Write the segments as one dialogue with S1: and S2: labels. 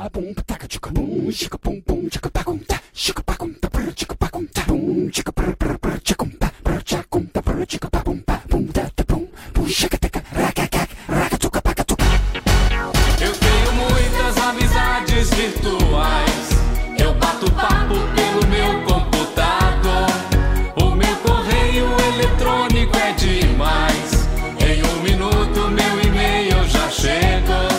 S1: 치카 치카 뽕 치카 뽕뽕 치카 빠공따 치카 빠공따 브르 치카 빠공따 뽕 치카 브르 브르 브르 치공따 브르 짜공따 브르 치카 빠공따 뽕따따 뽕뽕 치카 따카 라카카 라카 투카 빠카 투카
S2: Eu tenho muitas amizades virtuais. Eu bato papo pelo meu computador. O meu correio eletrônico é demais. Em um minuto, meu e-mail já chegou.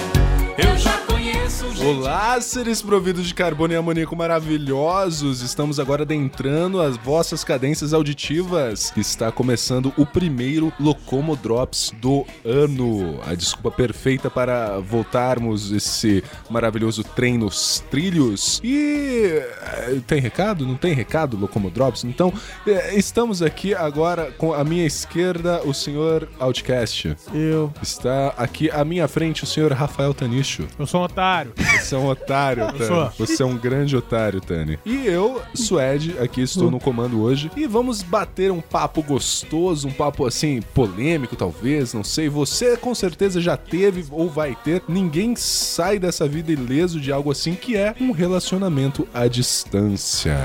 S2: Eu já conheço gente.
S3: Olá, seres providos de carbono e amoníaco maravilhosos! Estamos agora adentrando as vossas cadências auditivas. Está começando o primeiro Locomo Drops do ano. A desculpa perfeita para voltarmos esse maravilhoso trem nos trilhos. E eh, tem recado? Não tem recado, Locomo Drops? Então, eh, estamos aqui agora com a minha esquerda, o senhor Outcast.
S4: Eu.
S3: Está aqui à minha frente o senhor Rafael Tanicho.
S4: Eu sou um otário.
S3: Você é um otário, Tani. Você é um grande otário, Tani. E eu, Suede, aqui estou no comando hoje. E vamos bater um papo gostoso, um papo assim, polêmico, talvez, não sei. Você com certeza já teve ou vai ter. Ninguém sai dessa vida ileso de algo assim que é um relacionamento à distância.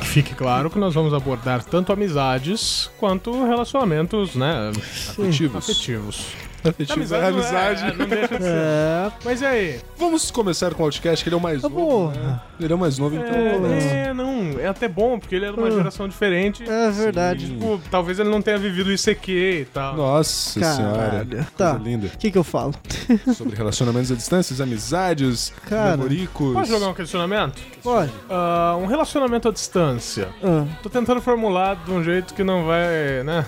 S4: Que Fique claro que nós vamos abordar tanto amizades quanto relacionamentos, né?
S3: Afetivos.
S4: Afetivos.
S3: Afetivos, é amizade.
S4: é, não deixa de ser.
S5: É.
S4: Mas e aí?
S3: Vamos começar com o Outcast, que ele é o mais novo.
S5: porra.
S3: né? Ele é o mais novo, então.
S4: É, é, não, é até bom, porque ele é de uma geração diferente.
S5: Ah. É verdade.
S4: Tipo, talvez ele não tenha vivido o ICQ e tal.
S3: Nossa senhora.
S5: Caralho.
S3: Coisa
S5: Tá.
S3: linda.
S5: O que que eu falo?
S3: Sobre relacionamentos à distância, amizades,
S5: Cara,
S3: namoricos.
S4: Posso jogar um questionamento?
S5: Olha,
S4: Ah, um relacionamento à distância.
S5: ah,
S4: Tô tentando formular de um jeito que não vai, né?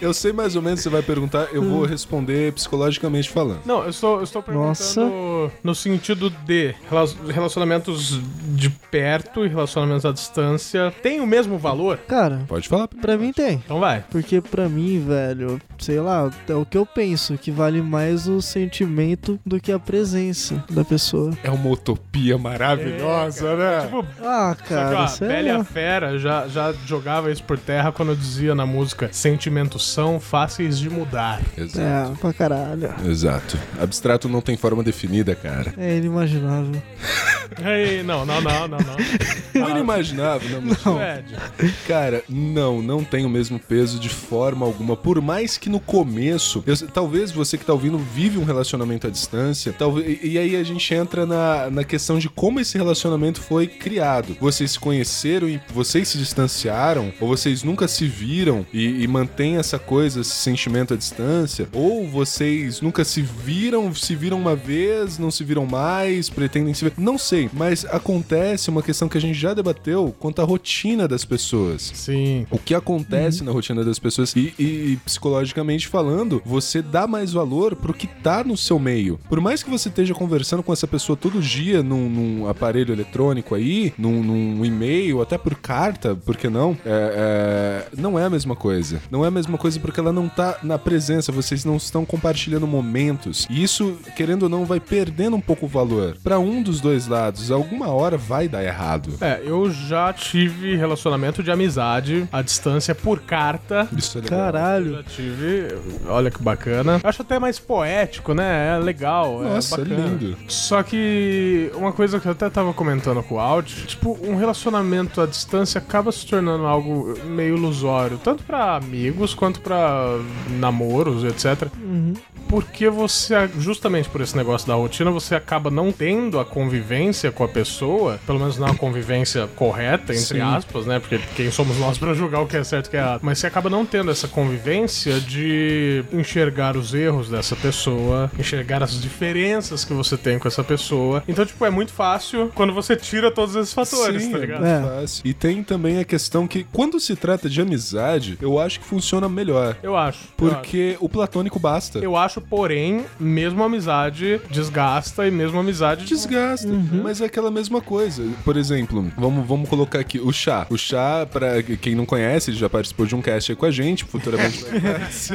S3: Eu sei mais ou menos, você vai perguntar, eu vou responder psicologicamente falando.
S4: Não, eu estou, eu estou perguntando
S5: Nossa.
S4: no sentido de rela- relacionamentos de perto e relacionamentos à distância têm o mesmo valor?
S5: cara,
S3: Pode falar.
S5: pra mim tem.
S4: Então vai.
S5: Porque pra mim, velho, sei lá, é o que eu penso, que vale mais o sentimento do que a presença da pessoa.
S3: É uma utopia maravilhosa, né?
S4: Tipo,
S5: Ah, cara,
S4: só que, ó,
S5: sei
S4: Bela e a
S5: lá.
S4: Fera já, já jogava isso por terra quando dizia na música Sentimentos são fáceis de mudar.
S3: Exato.
S5: É, pra caralho.
S3: Exato. Abstrato não tem forma definida, cara.
S5: É inimaginável.
S4: Ei, não, não, não, não, é não.
S3: Não é inimaginável, não.
S4: Ed,
S3: Cara, não, não tem o mesmo peso de forma alguma. Por mais que no começo, eu- talvez você que tá ouvindo vive um relacionamento à distância, talvez, e, e aí a gente entra na, na questão de como esse relacionamento foi criado. Vocês se conheceram e vocês se distanciaram, ou vocês nunca se viram e, e mantém essa coisa, esse sentimento à distância, ou vocês nunca se viram, se viram uma vez, não se viram mais, pretendem se ver. Não sei, mas acontece uma questão que a gente já debateu quanto à rotina das pessoas.
S4: Sim.
S3: O que acontece na rotina das pessoas e, e psicologicamente falando, você dá mais valor pro que tá no seu meio. Por mais que você esteja conversando com essa pessoa todo dia num, num aparelho eletrônico aí, num, num e-mail, até por carta, por que não? É, é, não é a mesma coisa. Não é a mesma coisa porque ela não tá na presença, vocês não estão compartilhando momentos. E isso, querendo ou não, vai perdendo um pouco o valor. Pra um dos dois lados, alguma hora vai dar errado.
S4: É, eu já tive relacionamento de amizade à distância por carta.
S3: Isso é legal.
S5: Caralho.
S4: Já tive. Olha que bacana. Eu acho até mais poético, né? É legal.
S3: Nossa,
S4: é
S3: é
S4: bacana.
S3: lindo.
S4: Só que uma coisa que eu até tava comentando com o Audi, tipo, um relacionamento à distância acaba se tornando algo meio ilusório, tanto pra amigos quanto pra namoros, etc. Porque você, justamente por esse negócio da rotina, você acaba não tendo a convivência com a pessoa, pelo menos não a convivência correta, entre
S3: Sim.
S4: aspas, né? Porque quem somos nós pra julgar o que é certo e o que é errado. Mas você acaba não tendo essa convivência de enxergar os erros dessa pessoa, enxergar as diferenças que você tem com essa pessoa. Então, tipo, é muito fácil quando você tira todos esses fatores,
S3: Sim,
S4: tá
S3: é
S4: ligado?
S3: muito
S5: É.
S3: fácil. E tem também a questão que, quando se trata de amizade, eu acho que funciona melhor.
S4: Eu acho. eu acho.
S3: Porque o platônico basta.
S4: Eu acho, porém, mesmo a amizade desgasta e mesmo a amizade
S3: Desgasta, mas é aquela mesma coisa. Por exemplo, vamos, vamos colocar aqui o chá. O chá, pra quem não conhece, ele já participou de um cast aí com a gente, futuramente.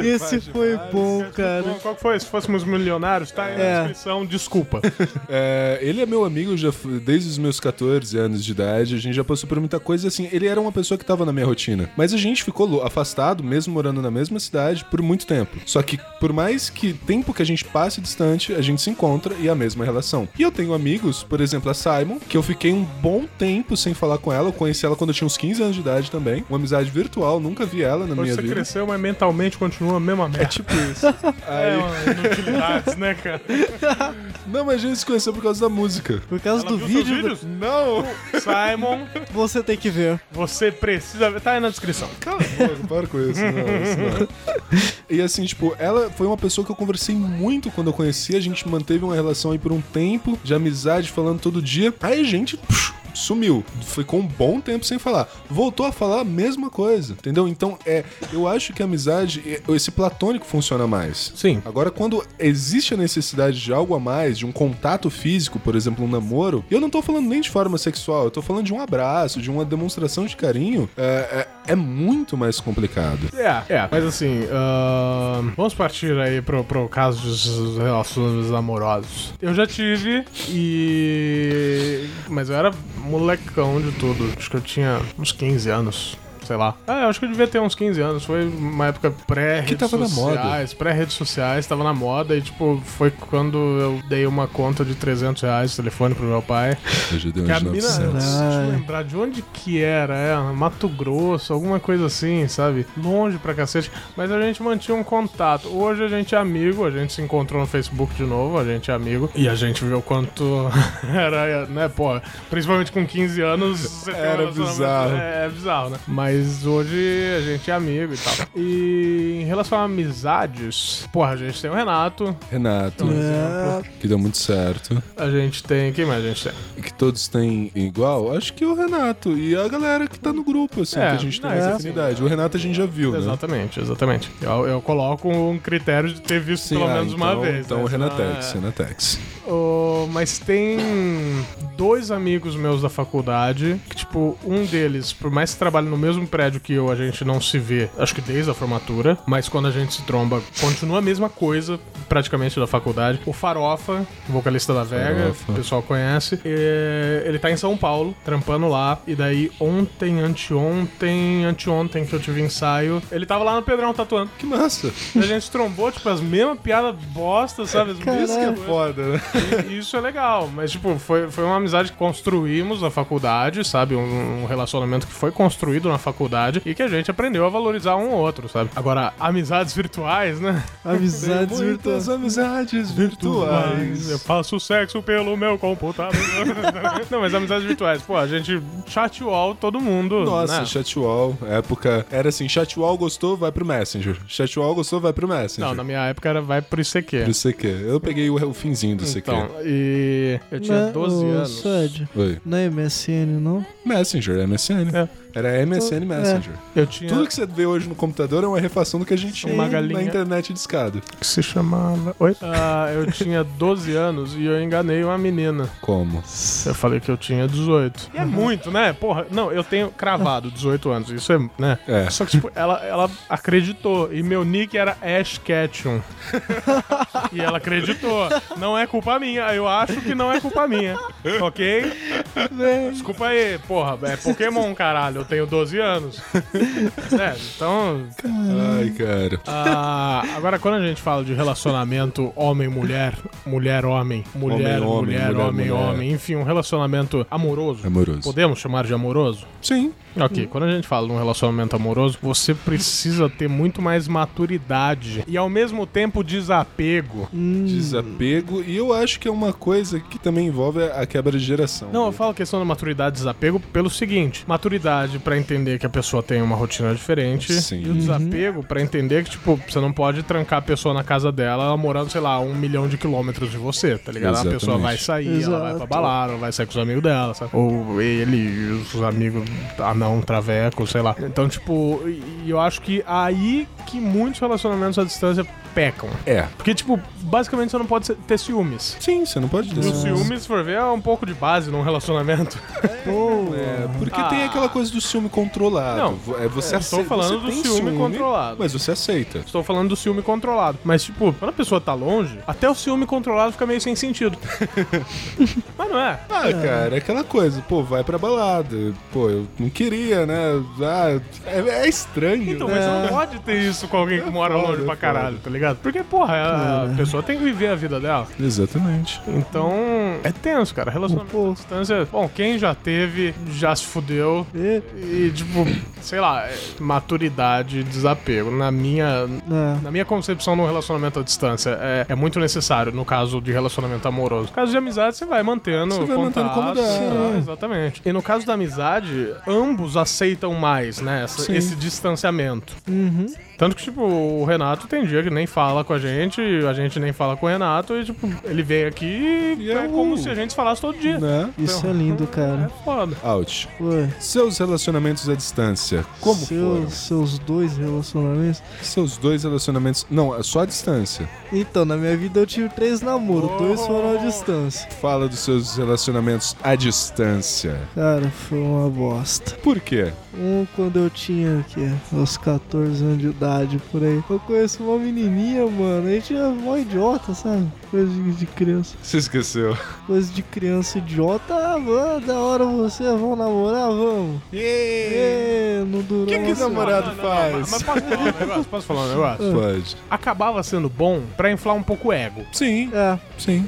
S5: Esse foi bom, cara.
S4: é Bom, qual que foi? Se fôssemos milionários, tá aí
S5: É.
S4: na descrição, desculpa.
S3: É, ele é meu amigo já f- desde os meus 14 anos de idade. A gente já passou por muita coisa assim. Ele era uma pessoa que tava na minha rotina. Mas a gente ficou lo- afastado, mesmo morando na mesma cidade, por muito tempo. Só que, por mais que tempo que a gente passa distante, a gente se encontra e é a mesma relação. E eu tenho amigos, por exemplo, a Simon, que eu fiquei um bom tempo sem falar com ela. Eu conheci ela quando eu tinha uns 15 anos de idade também. Uma amizade virtual, nunca vi ela na minha
S4: Hoje você
S3: vida.
S4: cresceu, mas mentalmente continua a mesma merda. É tipo isso.
S3: Aí-
S4: é, inutilidades, né, cara?
S3: Não, mas a gente se conheceu por causa da música.
S5: Por causa
S4: Ela
S5: do
S4: viu seus
S5: vídeo,
S4: vídeos?
S3: Não!
S4: Simon,
S5: você tem que ver.
S4: você precisa ver. Tá aí na descrição.
S3: Cala a boca, para com isso. Não, isso não. E assim, tipo, ela foi uma pessoa que eu conversei muito quando eu conheci. A gente manteve uma relação aí por um tempo, de amizade, falando todo dia. Aí a gente. psh, Sumiu, ficou um bom tempo sem falar. Voltou a falar a mesma coisa, entendeu? Então, é, eu acho que a amizade, é, esse platônico funciona mais.
S4: Sim.
S3: Agora, quando existe a necessidade de algo a mais, de um contato físico, por exemplo, um namoro, e eu não tô falando nem de forma sexual, eu tô falando de um abraço, de uma demonstração de carinho, é, é- é muito mais complicado.
S4: É, é. Mas assim, ahn, vamos partir aí pro, pro caso dos relacionamentos amorosos. Eu já tive e. Mas eu era molecão de tudo. Acho que eu tinha uns 15 anos. Sei lá. Ah, eu acho que eu devia ter uns 15 anos. Foi uma época pré-redes
S3: Que tava na moda.
S4: sociais. Pré-redes sociais, tava na moda. E, tipo, foi quando eu dei uma conta de 300 reais de telefone pro meu pai.
S3: um
S4: Que a mina, Né? deixa eu lembrar de onde que era, é, Mato Grosso, alguma coisa assim, sabe? Longe pra cacete, mas a gente mantinha um contato. Hoje a gente é amigo, a gente se encontrou no Facebook de novo, a gente é amigo, e a gente vê o quanto era, né, pô, principalmente com 15 anos, você tem um
S3: Era
S4: relacionamento-
S3: bizarro.
S4: É, é bizarro, né? Mas hoje a gente é amigo e tal. E em relação a amizades, porra, a gente tem o Renato,
S3: Renato,
S5: É,
S3: que deu muito certo.
S4: a gente tem, quem mais a gente tem?
S3: E que todos têm igual, acho que o Renato e a galera que tá no grupo, assim,
S4: É,
S3: que a gente tem
S4: não,
S3: mais
S4: é,
S3: afinidade. O Renato a gente já viu, né?
S4: Exatamente, exatamente. Eu, eu coloco um critério de ter visto pelo
S3: ah,
S4: menos uma
S3: então-
S4: vez.
S3: Então,
S4: né?
S3: o
S4: Senão,
S3: Renatex,
S4: é.
S3: Renatex.
S4: Oh, mas tem dois amigos meus da faculdade que, tipo, um deles, por mais que trabalhe no mesmo prédio que eu, a gente não se vê, acho que desde a formatura, mas quando a gente se tromba, continua a mesma coisa, praticamente, da faculdade. O Farofa, vocalista da Vega,
S3: Farofa.
S4: o pessoal conhece, é, ele tá em São Paulo, trampando lá, e daí ontem, anteontem, anteontem que eu tive ensaio, ele tava lá no Pedrão tatuando.
S3: Que massa!
S4: A gente se trombou, tipo, as mesmas piadas bosta, sabe? As mesmas
S3: Isso que é foda, né?
S4: e isso é legal, mas tipo, foi, foi uma amizade que construímos na faculdade, sabe? Um, um relacionamento que foi construído na faculdade e que a gente aprendeu a valorizar um ao outro, sabe? Agora, amizades virtuais, né?
S3: Muitas
S5: amizades virtuosas.
S3: amizades virtuais.
S4: Eu faço sexo pelo meu computador. Não, mas amizades virtuais, pô, a gente chateou todo mundo.
S3: Nossa,
S4: né?
S3: chatwall, época. Era assim, chatwall gostou, vai pro Messenger. Chatwall gostou, vai pro Messenger.
S4: Não, na minha época era vai pro ICQ.
S3: Pro CQ. Eu peguei o, o finzinho do CQ.
S4: Então, e eu tinha
S5: Né,
S4: 12
S5: ô,
S4: anos.
S5: Suede,
S3: Oi.
S5: não é MSN, não?
S3: Messenger, MSN.
S4: É.
S3: Era MSN
S5: Tu-
S3: Messenger.
S4: Eu tinha
S3: Tudo que você vê hoje no computador é uma refação do que a gente
S4: Uma
S3: tinha
S4: galinha.
S3: na internet de escada.
S4: que se chamava. Oi? Ah, eu tinha 12 anos e eu enganei uma menina.
S3: Como?
S4: Eu falei que eu tinha 18. E é muito, né? Porra, não, eu tenho cravado 18 anos, isso é, né?
S3: É.
S4: Só que, tipo, ela, ela acreditou. E meu nick era Ash Ketchum. e ela acreditou. Não é culpa minha. Eu acho que não é culpa minha. Ok? Desculpa aí. Porra, é Pokémon, caralho. Eu tenho 12 anos. É, então.
S3: Ai, cara.
S4: ah, agora, quando a gente fala de relacionamento homem-mulher, mulher-homem, mulher-mulher,
S3: Homem-homem,
S4: homem-homem,
S3: mulher-mulher.
S4: enfim, um relacionamento amoroso.
S3: Amoroso.
S4: Podemos chamar de amoroso?
S3: Sim.
S4: Ok, quando a gente fala de um relacionamento amoroso, você precisa ter muito mais maturidade e ao mesmo tempo desapego.
S3: Desapego. E eu acho que é uma coisa que também envolve a quebra de geração.
S4: Não, eu
S3: né?
S4: falo questão da maturidade e desapego pelo seguinte: maturidade pra entender que a pessoa tem uma rotina diferente
S3: Sim.
S4: e o desapego pra entender que tipo, você não pode trancar a pessoa na casa dela, ela morando, sei lá, um milhão de quilômetros de você, tá ligado? A
S3: Exatamente.
S4: pessoa vai sair, ela vai pra
S5: Exato.
S4: balada, ela vai sair com os amigos dela, sabe? Ou ele e os amigos anão, traveco, sei lá. Então, tipo, e- e eu acho que aí que muitos relacionamentos à distância pecam.
S3: É.
S4: Porque, tipo, basicamente você não pode ser- ter ciúmes.
S3: Sim, você não pode ter
S4: E o
S3: ciúme.
S4: ciúme, se for ver, é um pouco de base num relacionamento.
S5: Pô,
S3: É, porque
S4: Ah.
S3: tem aquela coisa do ciúme controlado.
S4: Não,
S3: Vo- é, você
S4: eu
S3: aceita.
S4: estou falando
S3: você
S4: do
S3: tem
S4: ciúme controlado.
S3: Mas você aceita.
S4: Estou falando do ciúme controlado. Mas, tipo, quando a pessoa tá longe, até o ciúme controlado fica meio sem sentido. mas não é.
S3: Ah, cara, é aquela coisa, pô, vai pra balada. Pô, eu não queria, né? Ah, é, né? é estranho.
S4: Então, mas você não pode ter isso com alguém que mora
S3: foda,
S4: longe pra
S3: é
S4: caralho,
S3: foda. É.
S4: tá ligado? ligado? Porque, porra, a
S5: Cara.
S4: pessoa tem que viver a vida dela.
S3: Exatamente.
S4: Então, é tenso, cara. Relacionamento
S5: Pô.
S4: à distância. Bom, quem já teve, já se fudeu.
S5: E,
S4: E, tipo, sei lá, é maturidade, desapego. Na minha,
S5: é.
S4: na minha concepção no relacionamento à distância, é, é muito necessário no caso de relacionamento amoroso. No caso de amizade, você vai mantendo
S3: Você vai
S4: contato,
S3: mantendo como né? dá.
S4: tá?
S3: Sim.
S4: Exatamente. E no caso da amizade, ambos aceitam mais, né, essa-
S3: Sim.
S4: esse distanciamento.
S5: Uhum.
S4: Tanto que, tipo, o Renato tem dia que nem fala com a gente, a gente nem fala com o Renato, e, tipo, ele vem aqui e,
S3: E
S4: é,
S3: é o-
S4: como se a gente falasse todo dia.
S3: Né?
S5: Isso é lindo, cara.
S4: Então, É foda.
S3: Out.
S5: Ué,
S3: Seus relacionamentos à distância, como
S5: seus, seus dois relacionamentos.
S3: foram? Seus dois relacionamentos... Não, é só a distância.
S5: Então, na minha vida eu tive três namoros, dois
S3: Oh.
S5: foram à distância.
S3: Fala dos seus relacionamentos à distância.
S5: Cara, foi uma bosta.
S3: Por quê?
S5: Um quando eu tinha o quê? Uns 14 anos de idade por aí. Eu conheço uma menininha, mano. A gente é mó idiota, sabe? Coisa de, de criança.
S3: Você esqueceu.
S5: Coisa de criança idiota. Ah, mano, da hora você. Vamos namorar? Vamos. Ê, não durou.
S3: Que que
S5: uma semana.
S3: namorado faz?
S4: mas- Mas posso falar um negócio? Posso falar um negócio?
S3: Pode.
S4: Acabava sendo bom pra inflar um pouco o ego.
S3: Sim,
S5: É,
S3: sim.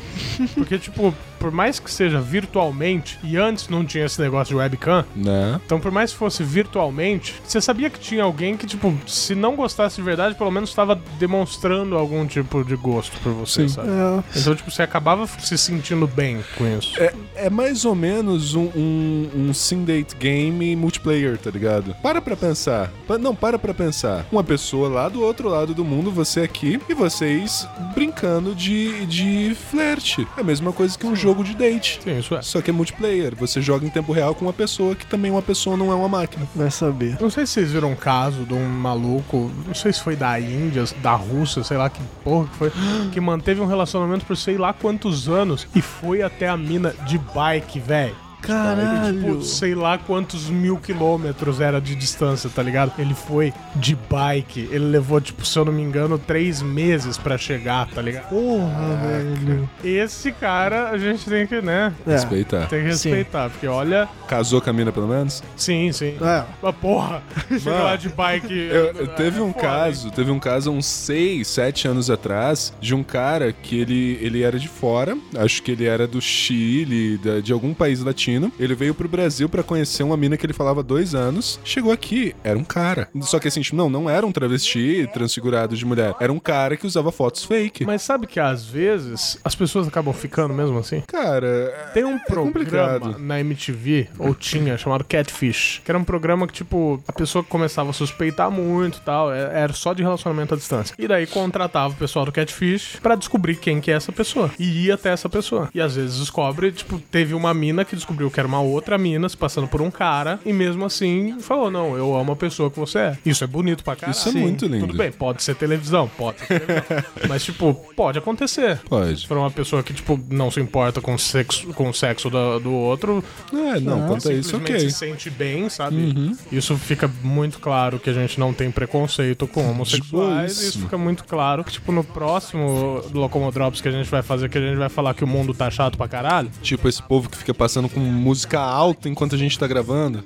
S4: Porque, tipo, por mais que seja virtualmente, e antes não tinha esse negócio de webcam,
S3: Né?
S4: então por mais que fosse virtualmente, você sabia que tinha alguém que, tipo, se não gostasse de verdade, pelo menos estava demonstrando algum tipo de gosto por você,
S3: Sim.
S4: sabe?
S5: é.
S4: Então, tipo, você acabava se sentindo bem com isso.
S3: É, é mais ou menos um, um, um Syndate game multiplayer, tá ligado? Para pra pensar. Pa- não, para pra pensar. Uma pessoa lá do outro lado do mundo, você aqui, e vocês brincando de, de flerte. É a mesma coisa que um jogo de date.
S4: Sim, isso é.
S3: Só que é multiplayer. Você joga em tempo real com uma pessoa que também uma pessoa não é uma máquina.
S5: Vai saber.
S4: Não sei se vocês viram um caso de um maluco, não sei se foi da Índia, da Rússia, sei lá que porra que foi, que manteve um relacionamento por sei lá quantos anos e foi até a mina de bike, velho.
S5: Caralho.
S4: Tipo, sei lá quantos mil quilômetros era de distância, tá ligado? Ele foi de bike. Ele levou, tipo, se eu não me engano, três meses pra chegar, tá ligado?
S5: Porra, velho.
S4: Esse cara a gente tem que, né?
S5: É.
S3: Respeitar.
S4: Tem que
S5: Sim.
S4: respeitar, porque olha.
S3: Casou com a mina, pelo menos?
S4: Sim, sim.
S5: É.
S4: Mas porra, Ah. chega lá de bike.
S3: Eu- eu- teve
S4: é
S3: um
S4: foda, hein?
S3: caso, teve um caso há uns 6, 7 anos atrás, de um cara que ele, ele era de fora, acho que ele era do Chile, da- de algum país latino. Ele veio pro Brasil pra conhecer uma mina que ele falava há dois anos. Chegou aqui, era um cara. Só que assim, tipo, não, não era um travesti transfigurado de mulher. Era um cara que usava fotos fake.
S4: Mas sabe que às vezes as pessoas acabam ficando mesmo assim?
S3: Cara, é,
S4: Tem um
S3: complicado.
S4: programa na MTV, ou tinha, chamado Catfish, que era um programa que, tipo, a pessoa começava a suspeitar muito e tal, é- era só de relacionamento à distância. E daí contratava o pessoal do Catfish pra descobrir quem que é essa pessoa. E ia até essa pessoa. E às vezes descobre, tipo, teve uma mina que descobriu que era uma outra mina, se passando por um cara, e mesmo assim falou, não, eu amo a pessoa que você é. Isso é bonito pra caralho.
S3: Isso é muito lindo.
S4: Tudo bem, pode ser televisão, pode ser televisão. Mas, tipo, pode acontecer. Se
S3: pode.
S4: for uma pessoa que, tipo, não se importa com o sexo, com o sexo do, do outro,
S3: É, não, quanto a isso,
S4: simplesmente
S3: ok. Uhum.
S4: se sente bem, sabe? Isso fica muito claro que a gente não tem preconceito com homossexuais.
S3: Boíssimo.
S4: Isso fica muito claro que, tipo, no próximo Locomodrops que a gente vai fazer, que a gente vai falar que o mundo tá chato pra caralho.
S3: Tipo, esse povo que fica passando com música alta enquanto a gente tá gravando.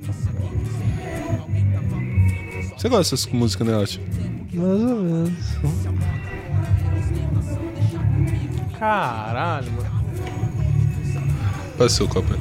S3: Você gosta dessa música, né, Otto?
S5: Mais ou menos.
S4: Caralho, mano.
S3: Passa seu copo aí.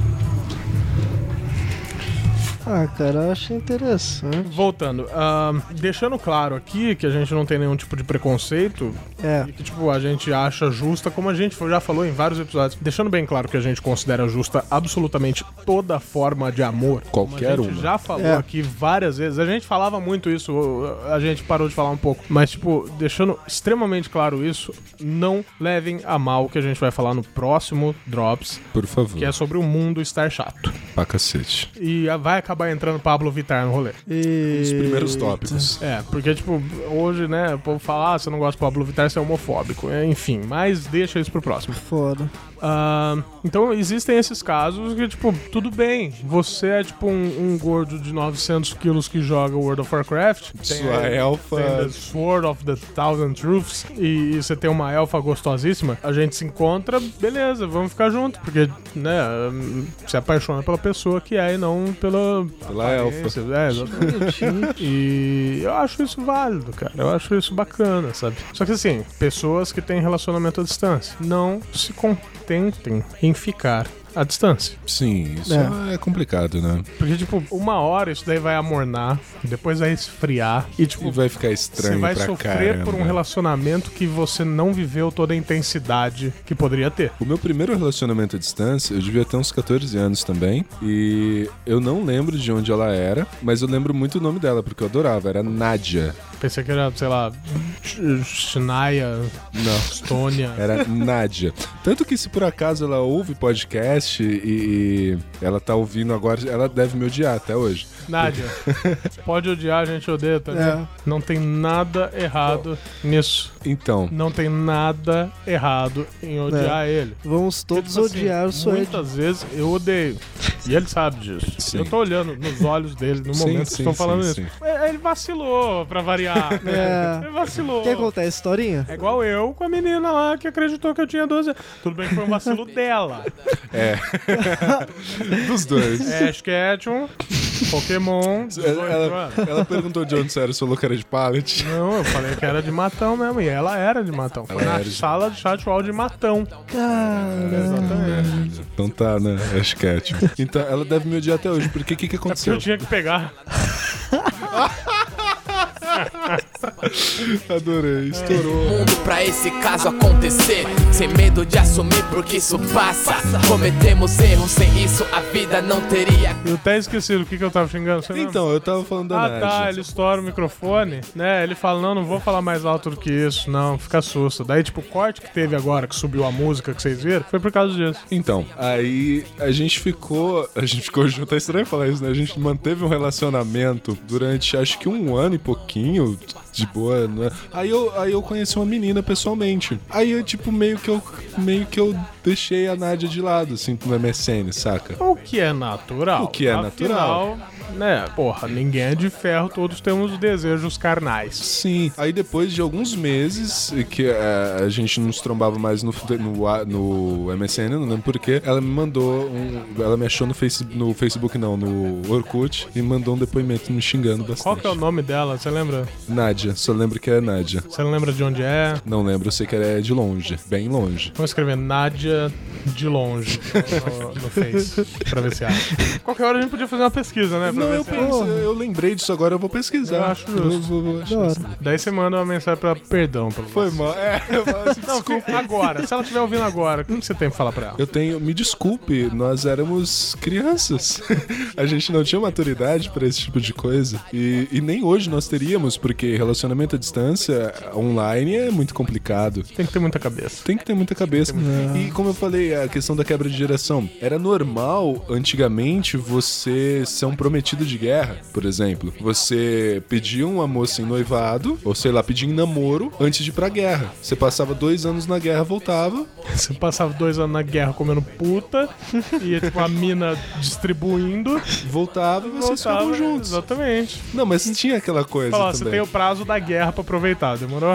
S5: Ah, cara, eu achei interessante.
S4: Voltando, ahn, deixando claro aqui que a gente não tem nenhum tipo de preconceito,
S5: É.
S4: E que, tipo, a gente acha justa, como a gente já falou em vários episódios, deixando bem claro que a gente considera justa absolutamente toda forma de amor.
S3: Qualquer
S4: A gente
S3: uma.
S4: já falou
S5: É.
S4: aqui várias vezes, a gente falava muito isso, a gente parou de falar um pouco, mas, tipo, deixando extremamente claro isso, não levem a mal o que a gente vai falar no próximo Drops,
S3: Por favor.
S4: que é sobre o mundo estar chato.
S3: Pra cacete.
S4: E ah, vai acabar entrando Pablo Vittar no rolê.
S5: E...
S3: Os primeiros tópicos.
S4: É, porque, tipo, hoje, né, o povo fala, ah, você não gosta do Pablo Vittar, você é homofóbico. É, Enfim, mas deixa isso pro próximo.
S5: Foda.
S4: Ah, então existem esses casos que, tipo, tudo bem. Você é, tipo, um, um gordo de 900 quilos que joga World of Warcraft. Tem,
S3: Sua elfa.
S4: tem The Sword of the Thousand Truths. E, e você tem uma elfa gostosíssima. A gente se encontra, beleza, vamos ficar junto. Porque, né, hum, se apaixona pela pessoa que é e não pela pela.
S3: Pela elfa.
S4: aparência, É, exatamente. e eu acho isso válido, cara. Eu acho isso bacana, sabe? Só que assim, pessoas que têm relacionamento à distância não se contentem em ficar à distância.
S3: Sim, isso é. complicado, né?
S4: Porque, tipo, uma hora isso daí vai amornar, depois vai esfriar. E, tipo,
S3: E vai ficar
S4: você
S3: estranho
S4: vai
S3: pra
S4: sofrer
S3: caramba.
S4: por um relacionamento que você não viveu toda a intensidade que poderia ter.
S3: O meu primeiro relacionamento à distância, eu devia ter uns 14 anos também. E eu não lembro de onde ela era, mas eu lembro muito o nome dela, porque eu adorava. Era Nádia.
S4: Pensei que era, sei lá, Shania, Estônia.
S3: Era Nádia. Tanto que se por acaso ela ouve podcast e, e ela tá ouvindo agora, ela deve me odiar até hoje.
S4: Nádia, pode odiar, a gente odeia tá também.
S5: É.
S4: Não tem nada errado nisso.
S3: Então,
S4: Não tem nada errado em odiar
S3: É.
S4: ele.
S5: Vamos todos
S4: Tipo assim,
S5: odiar o Suede.
S4: Muitas vezes eu odeio. E ele sabe disso.
S3: Sim.
S4: Eu tô olhando nos olhos dele no
S3: Sim,
S4: momento que
S3: sim,
S4: estão falando
S3: sim,
S4: isso.
S3: sim.
S4: É, Ele vacilou, pra variar.
S5: É.
S4: Ele vacilou.
S5: Quer contar a historinha?
S4: É igual eu com a menina lá que acreditou que eu tinha 12 anos. Tudo bem que foi um vacilo dela.
S3: dos dois.
S4: Ash Ketchum, É, Pokémon, 18
S3: Ela,
S4: anos.
S3: ela perguntou de onde você era, você falou que era de pallet.
S4: Não, eu falei que era de matão mesmo, e ela era de matão. Foi
S3: Ela
S4: na
S3: era de-
S4: sala de chat wall de matão. Exatamente.
S3: Então tá, né? Acho que é, tipo. Então ela deve me odiar até hoje, porque o que, que
S4: Que eu
S3: aconteceu?
S4: tinha que pegar.
S3: Adorei, estourou.
S6: mundo pra esse caso acontecer. Sem medo de assumir, porque isso passa. Cometemos erros, sem isso a vida não teria
S4: Eu até esqueci do que, que eu tava xingando. Você lembra?
S3: Então, eu tava falando da
S4: Ah tá,
S3: Nádia.
S4: ele estoura o microfone, né? Ele fala, não, não vou falar mais alto do que isso, não, fica susto. Daí, tipo, o corte que teve agora, que subiu a música que vocês viram, foi por causa disso.
S3: Então, aí a gente ficou. A gente ficou junto. É estranho falar isso, né? A gente manteve um relacionamento durante acho que um ano e pouquinho. De boa, né? Aí eu, aí eu conheci uma menina pessoalmente. Aí eu, tipo, meio que eu, meio que eu deixei a Nádia de lado, assim, no MSN, saca?
S4: O que é natural.
S3: O que é
S4: Afinal, Né, porra, ninguém é de ferro, todos temos desejos carnais.
S3: Sim. Aí depois de alguns meses que eh, a gente não se trombava mais no, no, a- no MSN, não lembro porquê, ela me mandou um. Ela me achou no, face, no Facebook, não, no Orkut, e mandou um depoimento me xingando bastante.
S4: Qual que é o nome dela? Você lembra?
S3: Nádia, só lembro que é Nádia.
S4: Você não lembra de onde é?
S3: Não lembro, eu sei que ela é de longe, bem longe.
S4: Vamos escrever Nádia de longe no, no Face, pra ver se acha. Qualquer hora a gente podia fazer uma pesquisa, né? pra
S3: Não,
S4: ver
S3: eu,
S4: se acha.
S3: penso, é eu lembrei disso agora, eu vou pesquisar.
S4: Eu acho justo.
S3: Eu vou- vou achar
S5: Da hora.
S3: isso.
S4: Daí você manda uma mensagem pra ela, perdão pelo
S3: Foi
S4: vacilo.
S3: mal. É, eu falo assim,
S4: Não,
S3: desculpa.
S4: fi- agora, se ela estiver ouvindo agora, o que você tem pra falar pra ela?
S3: Eu tenho, me desculpe, nós éramos crianças. a gente não tinha maturidade pra esse tipo de coisa. E, e nem hoje nós teríamos, porque relacionamento à distância online é muito complicado.
S4: Tem que ter muita cabeça.
S3: Tem que ter muita cabeça. E como eu falei, a questão da quebra de geração. Era normal, antigamente, você ser um prometido de guerra, por exemplo. Você pedia uma moça em noivado, ou sei lá, pedia em namoro, antes de ir pra guerra. Você passava dois anos na guerra, voltava,
S4: Você passava dois anos na guerra comendo puta e tipo a mina distribuindo.
S3: voltava e vocês ficavam
S4: voltava-
S3: juntos.
S4: Exatamente.
S3: Não, mas tinha aquela coisa
S4: Fala, você
S3: também.
S4: tem o prazo da guerra pra aproveitar, demorou?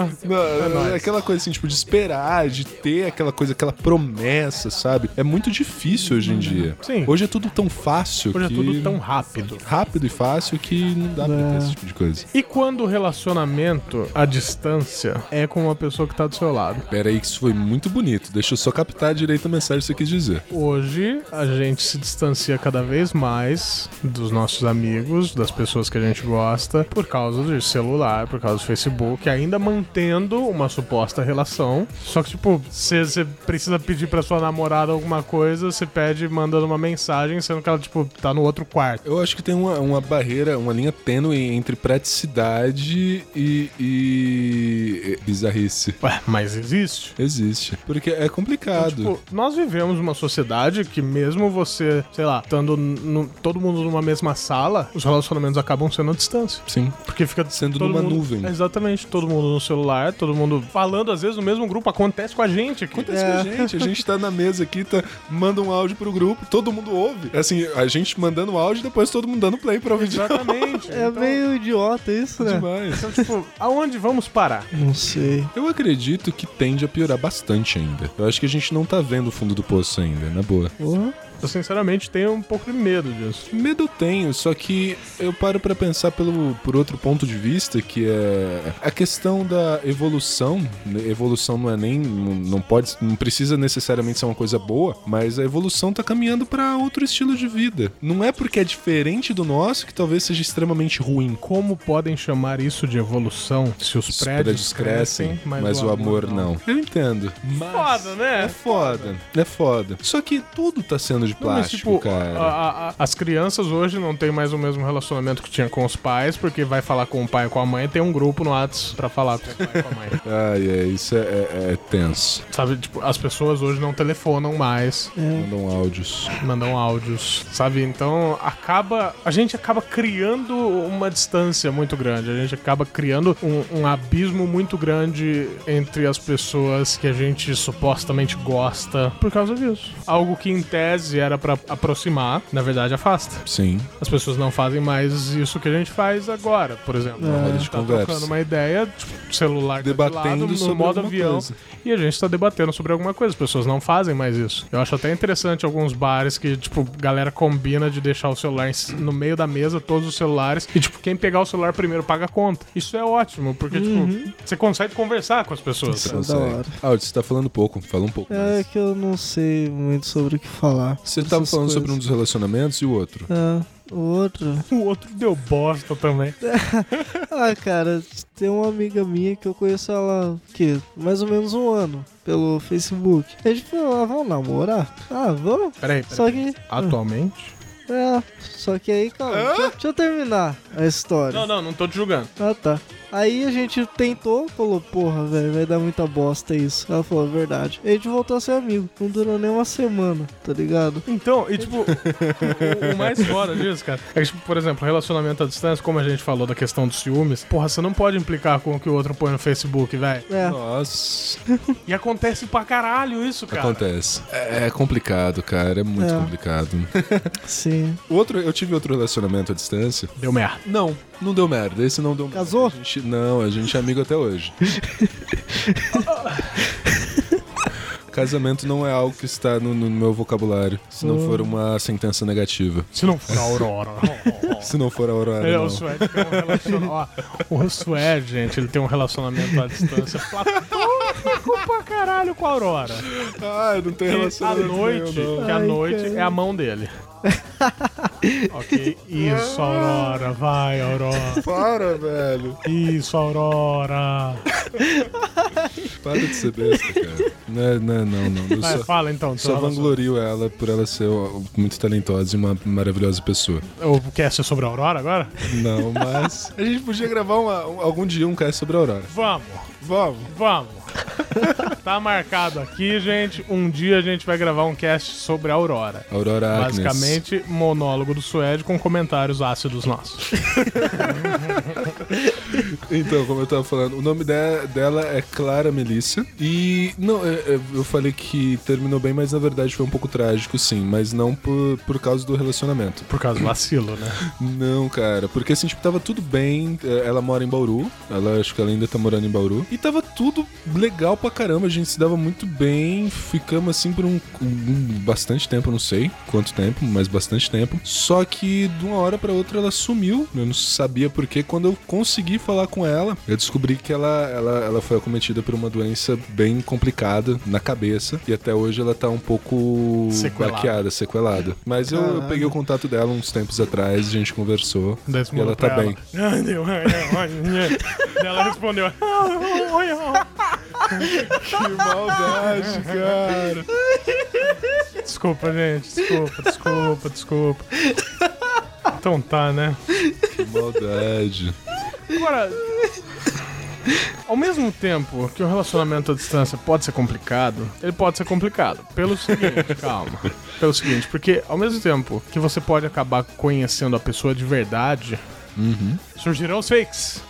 S3: Não,
S4: É nóis.
S3: aquela coisa assim, tipo, de esperar, de ter aquela coisa, aquela promessa, sabe? É muito difícil hoje em dia.
S4: Uhum. Sim.
S3: Hoje é tudo tão fácil
S4: Hoje é
S3: que...
S4: tudo tão rápido.
S3: Rápido e fácil que não dá pra ter esse tipo de coisa.
S4: E quando o relacionamento à distância é com uma pessoa que tá do seu lado?
S3: Pera aí que isso foi muito bonito. Deixa eu só captar direito a mensagem que você quis dizer.
S4: Hoje a gente se distancia cada vez mais dos nossos amigos, das pessoas que a gente gosta, por causa do celular, por causa do Facebook, ainda mantendo uma suposta relação. Só que, tipo, se você precisa pedir pra sua namorada alguma coisa, você pede mandando uma mensagem, sendo que ela, tipo, tá no outro quarto.
S3: Eu acho que tem uma, uma barreira, uma linha tênue entre praticidade e, e- e bizarrice.
S4: Ué, mas existe.
S3: Existe. Porque é complicado.
S4: Tipo, nós vivemos uma sociedade que mesmo você, sei lá, estando no- todo mundo numa mesma sala, os relacionamentos acabam sendo à distância.
S3: Sim.
S4: Porque fica
S3: Sendo
S4: todo
S3: numa
S4: mundo-
S3: nuvem.
S4: Exatamente, todo mundo no celular, todo mundo falando, às vezes no mesmo grupo, acontece com a gente. aqui.
S3: Acontece com a gente, a gente tá na mesa aqui, tá, manda um áudio pro grupo, todo mundo ouve. Assim, a gente mandando áudio depois todo mundo dando play pra ouvir de
S4: Exatamente.
S5: É
S4: então,
S5: meio idiota isso, né?
S3: demais.
S4: então, tipo, aonde vamos parar?
S5: Não sei.
S3: Eu acredito que tende a piorar bastante ainda. Eu acho que a gente não tá vendo o fundo do poço ainda, na boa.
S5: Porra.
S4: Eu sinceramente tenho um pouco de medo disso.
S3: Medo eu tenho, só que eu paro pra pensar pelo, por outro ponto de vista, que é a questão da evolução. Evolução não é nem. não pode. não precisa necessariamente ser uma coisa boa, mas a evolução tá caminhando pra outro estilo de vida. Não é porque é diferente do nosso que talvez seja extremamente ruim.
S4: Como podem chamar isso de evolução se os,
S3: Os prédios crescem, mas, o amor, não. Eu entendo. Mas
S4: Foda, né?
S3: É foda, é foda. Só que tudo tá sendo de
S4: Não, mas,
S3: plástico,
S4: tipo,
S3: cara.
S4: a- a- a- as crianças hoje não têm mais o mesmo relacionamento que tinha com os pais, porque vai falar com o pai e com a mãe e tem um grupo no Whats pra falar com o pai e com a mãe.
S3: Ai, é, isso é, é- é tenso.
S4: Sabe, tipo, as pessoas hoje não telefonam mais,
S3: Mandam áudios.
S4: mandam áudios, sabe? Então acaba. A gente acaba criando uma distância muito grande, a gente acaba criando um, um abismo muito grande entre as pessoas que a gente supostamente gosta por causa disso. Algo que em tese era pra aproximar, na verdade afasta.
S3: Sim.
S4: As pessoas não fazem mais isso que a gente faz agora, por exemplo.
S5: É.
S4: A
S5: Roda
S4: gente
S3: de
S4: tá
S3: conversa.
S4: trocando uma ideia, tipo, celular tá de
S3: Debatendo
S4: lado, no
S3: sobre
S4: modo
S3: alguma
S4: avião,
S3: coisa.
S4: e a gente tá debatendo sobre alguma coisa. As pessoas não fazem mais isso. Eu acho até interessante alguns bares que, tipo, galera combina de deixar o celular em- no meio da mesa, todos os celulares, e, tipo, quem pegar o celular primeiro paga a conta. Isso é ótimo, porque, tipo, você consegue conversar com as pessoas.
S3: Você
S4: sabe?
S3: consegue.
S5: é da hora.
S3: Áudio, você tá falando pouco. Fala um pouco
S5: É
S3: mais.
S5: que eu não sei muito sobre o que falar.
S3: Você tava
S5: Essas
S3: falando
S5: coisas.
S3: sobre um dos relacionamentos e o outro.
S5: É, o outro.
S4: O outro deu bosta também.
S5: Ah, cara, tem uma amiga minha que eu conheço ela, o quê? Mais ou menos um ano, pelo Facebook. A gente falou, ah, vamos namorar? Ah, vamos?
S4: Peraí, peraí.
S5: Só que.
S4: Atualmente?
S5: É, só que aí, calma, deixa, deixa eu terminar a história.
S4: Não, não, não tô te julgando.
S5: Ah, tá. Aí a gente tentou, falou, porra, velho, vai dar muita bosta isso. Ela falou, verdade. E a gente voltou a ser amigo. Não durou nem uma semana, tá ligado?
S4: Então, e tipo, o, o mais fora disso, cara, é que, tipo, por exemplo, relacionamento à distância, como a gente falou da questão dos ciúmes, porra, você não pode implicar com o que o outro põe no Facebook, velho.
S5: É,
S3: Nossa.
S4: E acontece pra caralho isso, cara.
S3: Acontece. É é complicado, cara. É muito
S5: É.
S3: complicado.
S5: sim.
S3: O outro, eu tive outro relacionamento à distância.
S4: Deu merda.
S3: Não, não deu merda. Esse não deu merda.
S5: Casou?
S3: A gente- não, a gente é amigo até hoje. Casamento não é algo que está no, no meu vocabulário. Se não
S5: Hum.
S3: for uma sentença negativa.
S4: Se não for a Aurora.
S3: Se não for a Aurora.
S4: Ele é
S3: não.
S4: o Suede tem um relacionamento. Ó, o Suede, gente, ele tem um relacionamento à distância platônico pra caralho com a Aurora.
S3: Ah, não tem
S4: Que a
S3: relacionamento.
S4: noite,
S3: nenhum, não.
S4: que a
S5: Ai,
S4: noite
S5: cara.
S4: é a mão dele. ok, isso, Aurora, vai, Aurora.
S3: Para, velho.
S4: Isso, Aurora.
S3: Para de ser besta, cara. Não, não, não. não. Eu
S4: Vai,
S3: só,
S4: fala então.
S3: só
S4: Tela,
S3: vanglorio ela por ela ser ó, muito talentosa e uma maravilhosa pessoa.
S4: O cast é sobre a Aurora agora?
S3: Não, mas. A gente podia gravar uma- um- algum dia um cast sobre a Aurora.
S4: Vamos,
S3: Vamos.
S4: vamos. tá marcado aqui, gente. Um dia a gente vai gravar um cast sobre a Aurora.
S3: Aurora Agnes.
S4: Basicamente, monólogo do Suede com comentários ácidos nossos.
S3: Então, como eu tava falando, o nome de- dela é Clara Melissa. E. Não, é- é, eu falei que terminou bem, mas na verdade foi um pouco trágico, sim. Mas não por, por causa do relacionamento.
S4: Por causa do vacilo, né?
S3: Não, cara, porque assim, tipo, tava tudo bem. eh, Ela mora em Bauru. Ela acho que ela ainda tá morando em Bauru. E tava tudo legal pra caramba. A gente se dava muito bem. Ficamos assim por um, um- bastante tempo, não sei quanto tempo, mas bastante tempo. Só que de uma hora pra outra ela sumiu. Eu não sabia por quê. Quando eu consegui falar com ela, eu descobri que ela, ela, ela foi acometida por uma doença bem complicada na cabeça. E até hoje ela tá um pouco
S4: Sequelada.
S3: baqueada, sequelada. Mas eu, eu
S5: Caralho.
S3: peguei o contato dela uns tempos atrás, a gente conversou.
S4: Daí você
S3: e ela
S4: mandou
S3: tá
S4: pra
S3: bem.
S4: Ai, meu, ai, ai, ai. ela respondeu. "Ai, ai,
S3: Que maldade, cara.
S4: ai." Desculpa, gente. Desculpa, desculpa, desculpa. Então tá, né?
S3: Que maldade.
S4: Agora, ao mesmo tempo que o relacionamento à distância pode ser complicado, ele pode ser complicado. Pelo seguinte, calma. Pelo seguinte, porque ao mesmo tempo que você pode acabar conhecendo a pessoa de verdade, surgirão os fakes.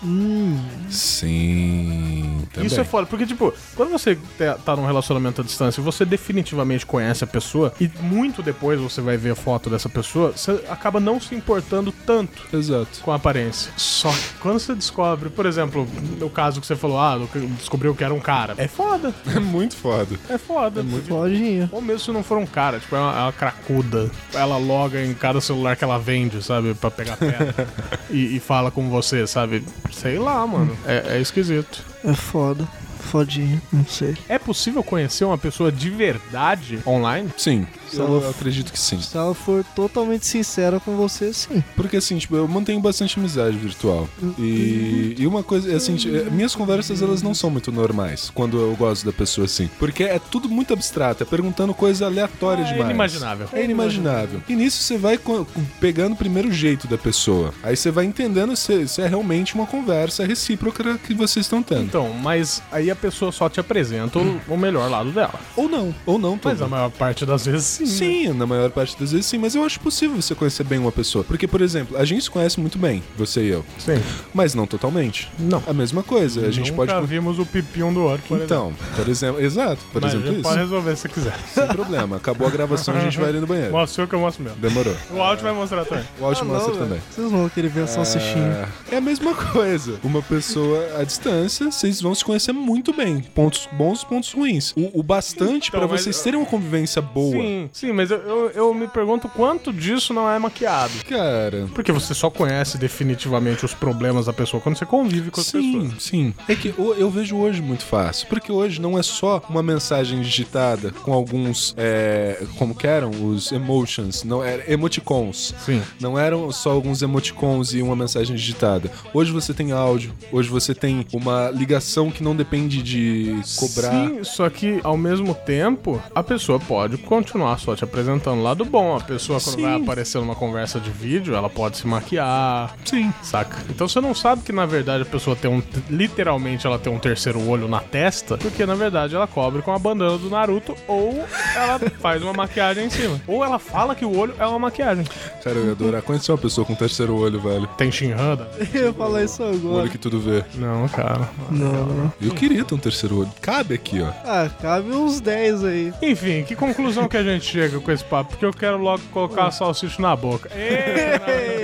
S3: Sim. Também.
S4: Isso é foda, porque, tipo, quando você te- tá num relacionamento à distância, você definitivamente conhece a pessoa e muito depois você vai ver a foto dessa pessoa, você acaba não se importando tanto
S3: é Exato.
S4: com a aparência. Só que quando você descobre, por exemplo, no caso que você falou, ah, descobriu que era um cara. É foda,
S3: É muito foda.
S4: é foda.
S5: Lojinha.
S4: Ou mesmo se não for um cara, tipo, é uma, é uma cracuda. Ela loga em cada celular que ela vende, sabe? Pra pegar pedra. e, e fala com você, sabe? Sei lá, mano. É- é esquisito.
S5: É foda. Fodinha, não sei.
S4: É possível conhecer uma pessoa de verdade online?
S3: Sim, eu
S5: Ela-
S3: acredito que sim.
S5: Se ela for totalmente sincera com você, sim.
S3: Porque assim, tipo, eu mantenho bastante amizade virtual. E, e uma coisa, assim, ti- eh, minhas conversas elas não são muito normais quando eu gosto da pessoa assim. Porque é tudo muito abstrato, é perguntando coisa aleatória
S4: É
S3: demais.
S4: inimaginável.
S3: É inimaginável. E nisso você vai co- pegando o primeiro jeito da pessoa. Aí você vai entendendo se, se é realmente uma conversa recíproca que vocês estão tendo.
S4: Então, mas aí a pessoa só te apresenta o, o melhor lado dela.
S3: Ou não, ou não,
S4: Mas
S3: também.
S4: a maior parte das vezes, sim. né?
S3: Sim, na maior parte das vezes sim, mas eu acho possível você conhecer bem uma pessoa. Porque, por exemplo, a gente se conhece muito bem, você e eu.
S4: Sim.
S3: Mas não totalmente.
S4: Não.
S3: A mesma coisa, a gente
S4: Nunca
S3: pode.
S4: vimos o pipi um do outro, por
S3: Então, por exemplo. Exato, por
S4: exemplo. Mas
S3: exemplo,
S4: já
S3: isso.
S4: pode resolver se quiser.
S3: Sem problema. Acabou a gravação, a gente vai ali no banheiro.
S4: Mostra o seu que eu mostro mesmo.
S3: Demorou.
S4: O áudio vai mostrar também.
S3: O áudio
S5: Ah, não,
S3: mostra
S5: velho.
S3: também.
S5: Vocês não vão querer ver a salsichinha.
S3: É a mesma coisa. Uma pessoa à distância, vocês vão se conhecer muito bem. Pontos bons, pontos ruins. O, o bastante
S4: Então,
S3: pra
S4: mas-
S3: vocês terem uma convivência boa.
S4: Sim, sim, mas eu, eu, eu me pergunto quanto disso não é maquiado.
S3: Cara.
S4: Porque você só conhece definitivamente os problemas da pessoa quando você convive com as
S3: Sim,
S4: pessoas.
S3: sim. É que o- eu vejo hoje muito fácil. Porque hoje não é só uma mensagem digitada com alguns. é, como que eram? Os emotions. Não, era emoticons.
S4: Sim.
S3: Não eram só alguns emoticons e uma mensagem digitada. Hoje você tem áudio, hoje você tem uma ligação que não depende de cobrar.
S4: Sim, só que ao mesmo tempo, a pessoa pode continuar só te apresentando o lado bom. A pessoa, quando
S3: Sim.
S4: vai aparecer numa conversa de vídeo, ela pode se maquiar,
S3: Sim.
S4: saca? Então você não sabe que na verdade a pessoa tem um. Literalmente ela tem um terceiro olho na testa, porque na verdade ela cobre com a bandana do Naruto ou ela faz uma maquiagem em cima. Ou ela fala que o olho é uma maquiagem.
S3: Cara, eu ia adorar conhecer uma pessoa com terceiro olho, velho.
S4: Tem Shinhan? Davi?
S5: Eu ia falar isso
S3: Um olho
S5: agora.
S3: que tudo vê.
S4: Não, cara.
S5: Não, não.
S3: Eu queria ter um terceiro olho. Cabe aqui, ó.
S5: Ah, cabe uns 10 aí.
S4: Enfim, que conclusão que a gente chega com esse papo? Porque eu quero logo colocar a salsicha na boca. Ei,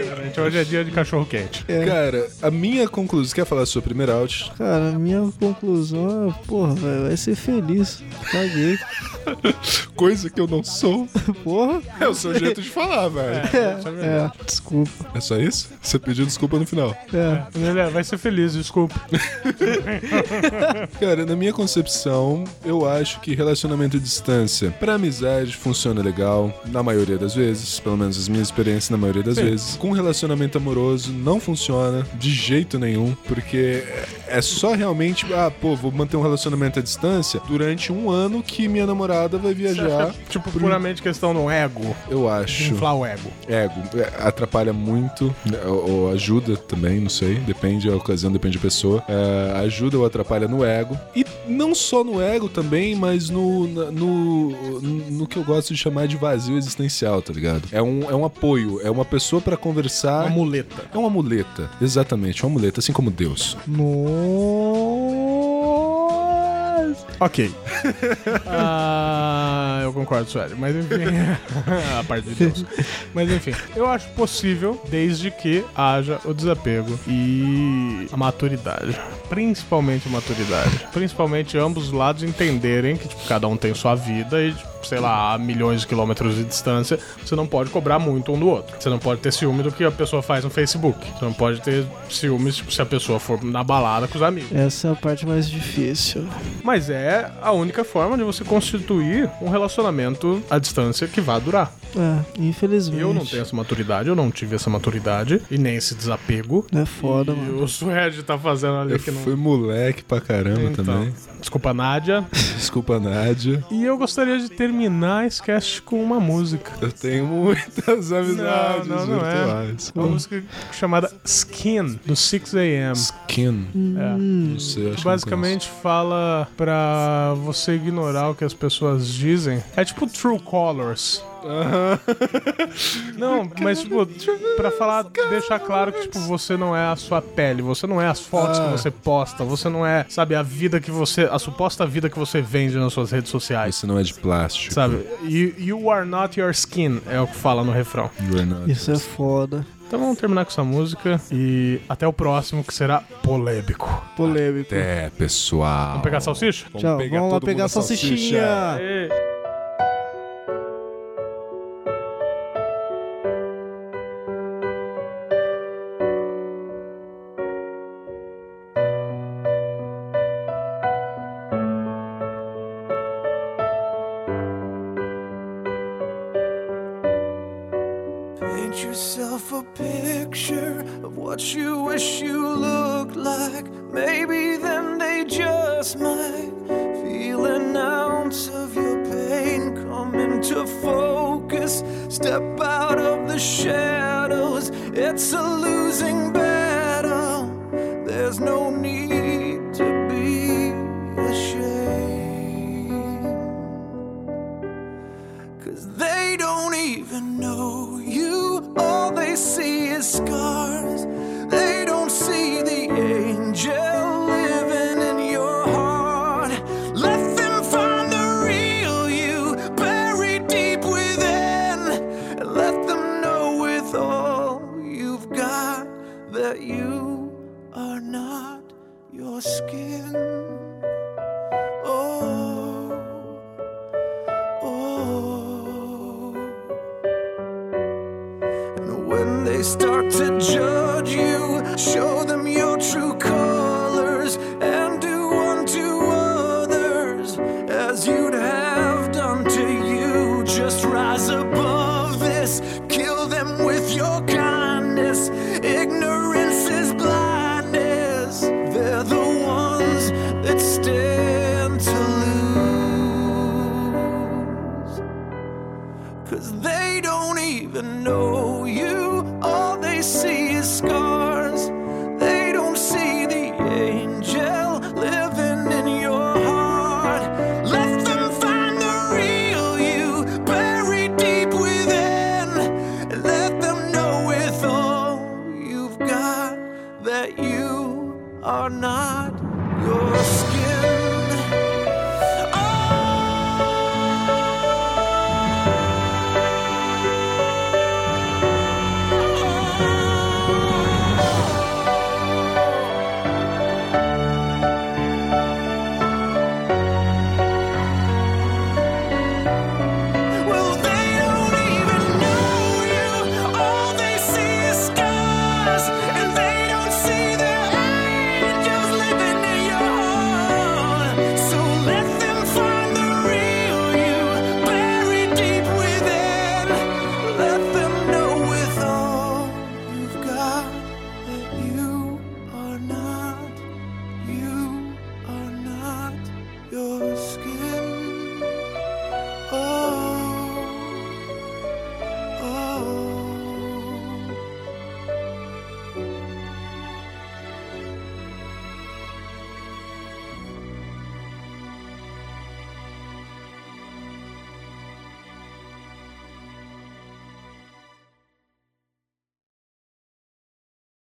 S4: não, não, gente, hoje é dia de cachorro quente.
S5: É.
S3: Cara, a minha conclusão. Você quer falar a sua primeira out?
S5: Cara, minha conclusão é, porra, velho, vai ser feliz. Caguei.
S3: Coisa que eu não sou.
S5: Porra.
S3: É o seu jeito de falar, velho.
S5: É, desculpa.
S3: É só isso? Você pediu desculpa no final.
S5: É.
S4: Ele vai ser feliz, desculpa.
S3: Cara, na minha concepção, eu acho que relacionamento à distância pra amizade funciona legal, na maioria das vezes, pelo menos as minhas experiências na maioria das vezes. Com relacionamento amoroso não funciona de jeito nenhum, porque é só realmente, ah, pô, vou manter um relacionamento à distância durante um ano que minha namorada vai viajar.
S4: Tipo, puramente questão do ego.
S3: Eu acho.
S4: Inflar o ego.
S3: Ego é, atrapalha muito, né, ou, ou ajuda também, não sei, depende da ocasião, depende da pessoa. É, ajuda ou atrapalha no ego. E não só no ego também, mas no, na- no, no que eu gosto de chamar de vazio existencial, tá ligado? É um, é um apoio, é uma pessoa pra conversar.
S4: Uma muleta.
S3: é uma muleta, exatamente, uma muleta, assim como Deus.
S5: Nossa.
S4: Ok. ah, eu concordo, Suério. Mas enfim. a parte de Deus. Mas enfim, eu acho possível desde que haja o desapego e a maturidade. Principalmente a maturidade. Principalmente ambos os lados entenderem que tipo, cada um tem sua vida e, tipo, sei lá, a milhões de quilômetros de distância, você não pode cobrar muito um do outro. Você não pode ter ciúme do que a pessoa faz no Facebook. Você não pode ter ciúmes tipo, se a pessoa for na balada com os amigos.
S5: Essa é a parte mais difícil.
S4: Mas é a única forma de você constituir um relacionamento à distância que vá durar.
S5: É, infelizmente.
S4: Eu não tenho essa maturidade, eu não tive essa maturidade e nem esse desapego.
S5: É foda,
S4: e
S5: mano.
S4: o Suede tá fazendo ali
S3: Eu
S4: que não.
S3: fui moleque pra caramba
S4: Então,
S3: também.
S4: Desculpa, Nádia.
S3: Desculpa, Nádia.
S4: E eu gostaria de terminar esse cast com uma música.
S3: Eu tenho muitas amizades
S4: não, não é.
S3: virtuais.
S4: Uma música chamada Skin, do 6am.
S3: Skin.
S5: Hum,
S3: Não sei, acho que não
S4: Basicamente fala pra você ignorar o que as pessoas dizem. É tipo True Colors.
S3: conheço.
S4: Não, mas tipo, pra falar, deixar claro que tipo, você não é a sua pele, você não é as fotos
S3: Ah.
S4: que você posta, você não é, sabe, a vida que você, a suposta vida que você vende nas suas redes sociais,
S3: Isso não é de plástico.
S4: sabe? You, you are not your skin, é o que fala no refrão.
S3: Renato.
S7: Isso é foda.
S4: Então vamos terminar com essa música e até o próximo que será polêmico.
S7: Polêmico.
S3: É, pessoal.
S4: Vamos pegar a salsicha?
S7: Tchau, vamos lá
S3: todo mundo
S7: pegar
S3: na
S7: a salsichinha.
S5: Paint yourself a picture of what you wish you looked like. Maybe then they just might feel an ounce of your pain come into focus. Step out of the shadows, it's a losing battle. There's no need to be ashamed. Cause they don't even know you. All they see is scars. They don't see the angel living in your heart. Let them find the real you buried deep within. And let them know with all you've got that you are not your skin. Oh. oh. And when they start to judge you, show them your true colors and do unto others as you'd have done to you. Just rise above this, kill them with your kindness. Ignorance is blindness. They're the ones that stand to lose. Cause they don't even know you. All they see is scars. They don't see the angel living in your heart. Let them find the real you buried deep within. And let them know with all you've got that you are not your skin. Well, they don't even know you. All they see is scars, and they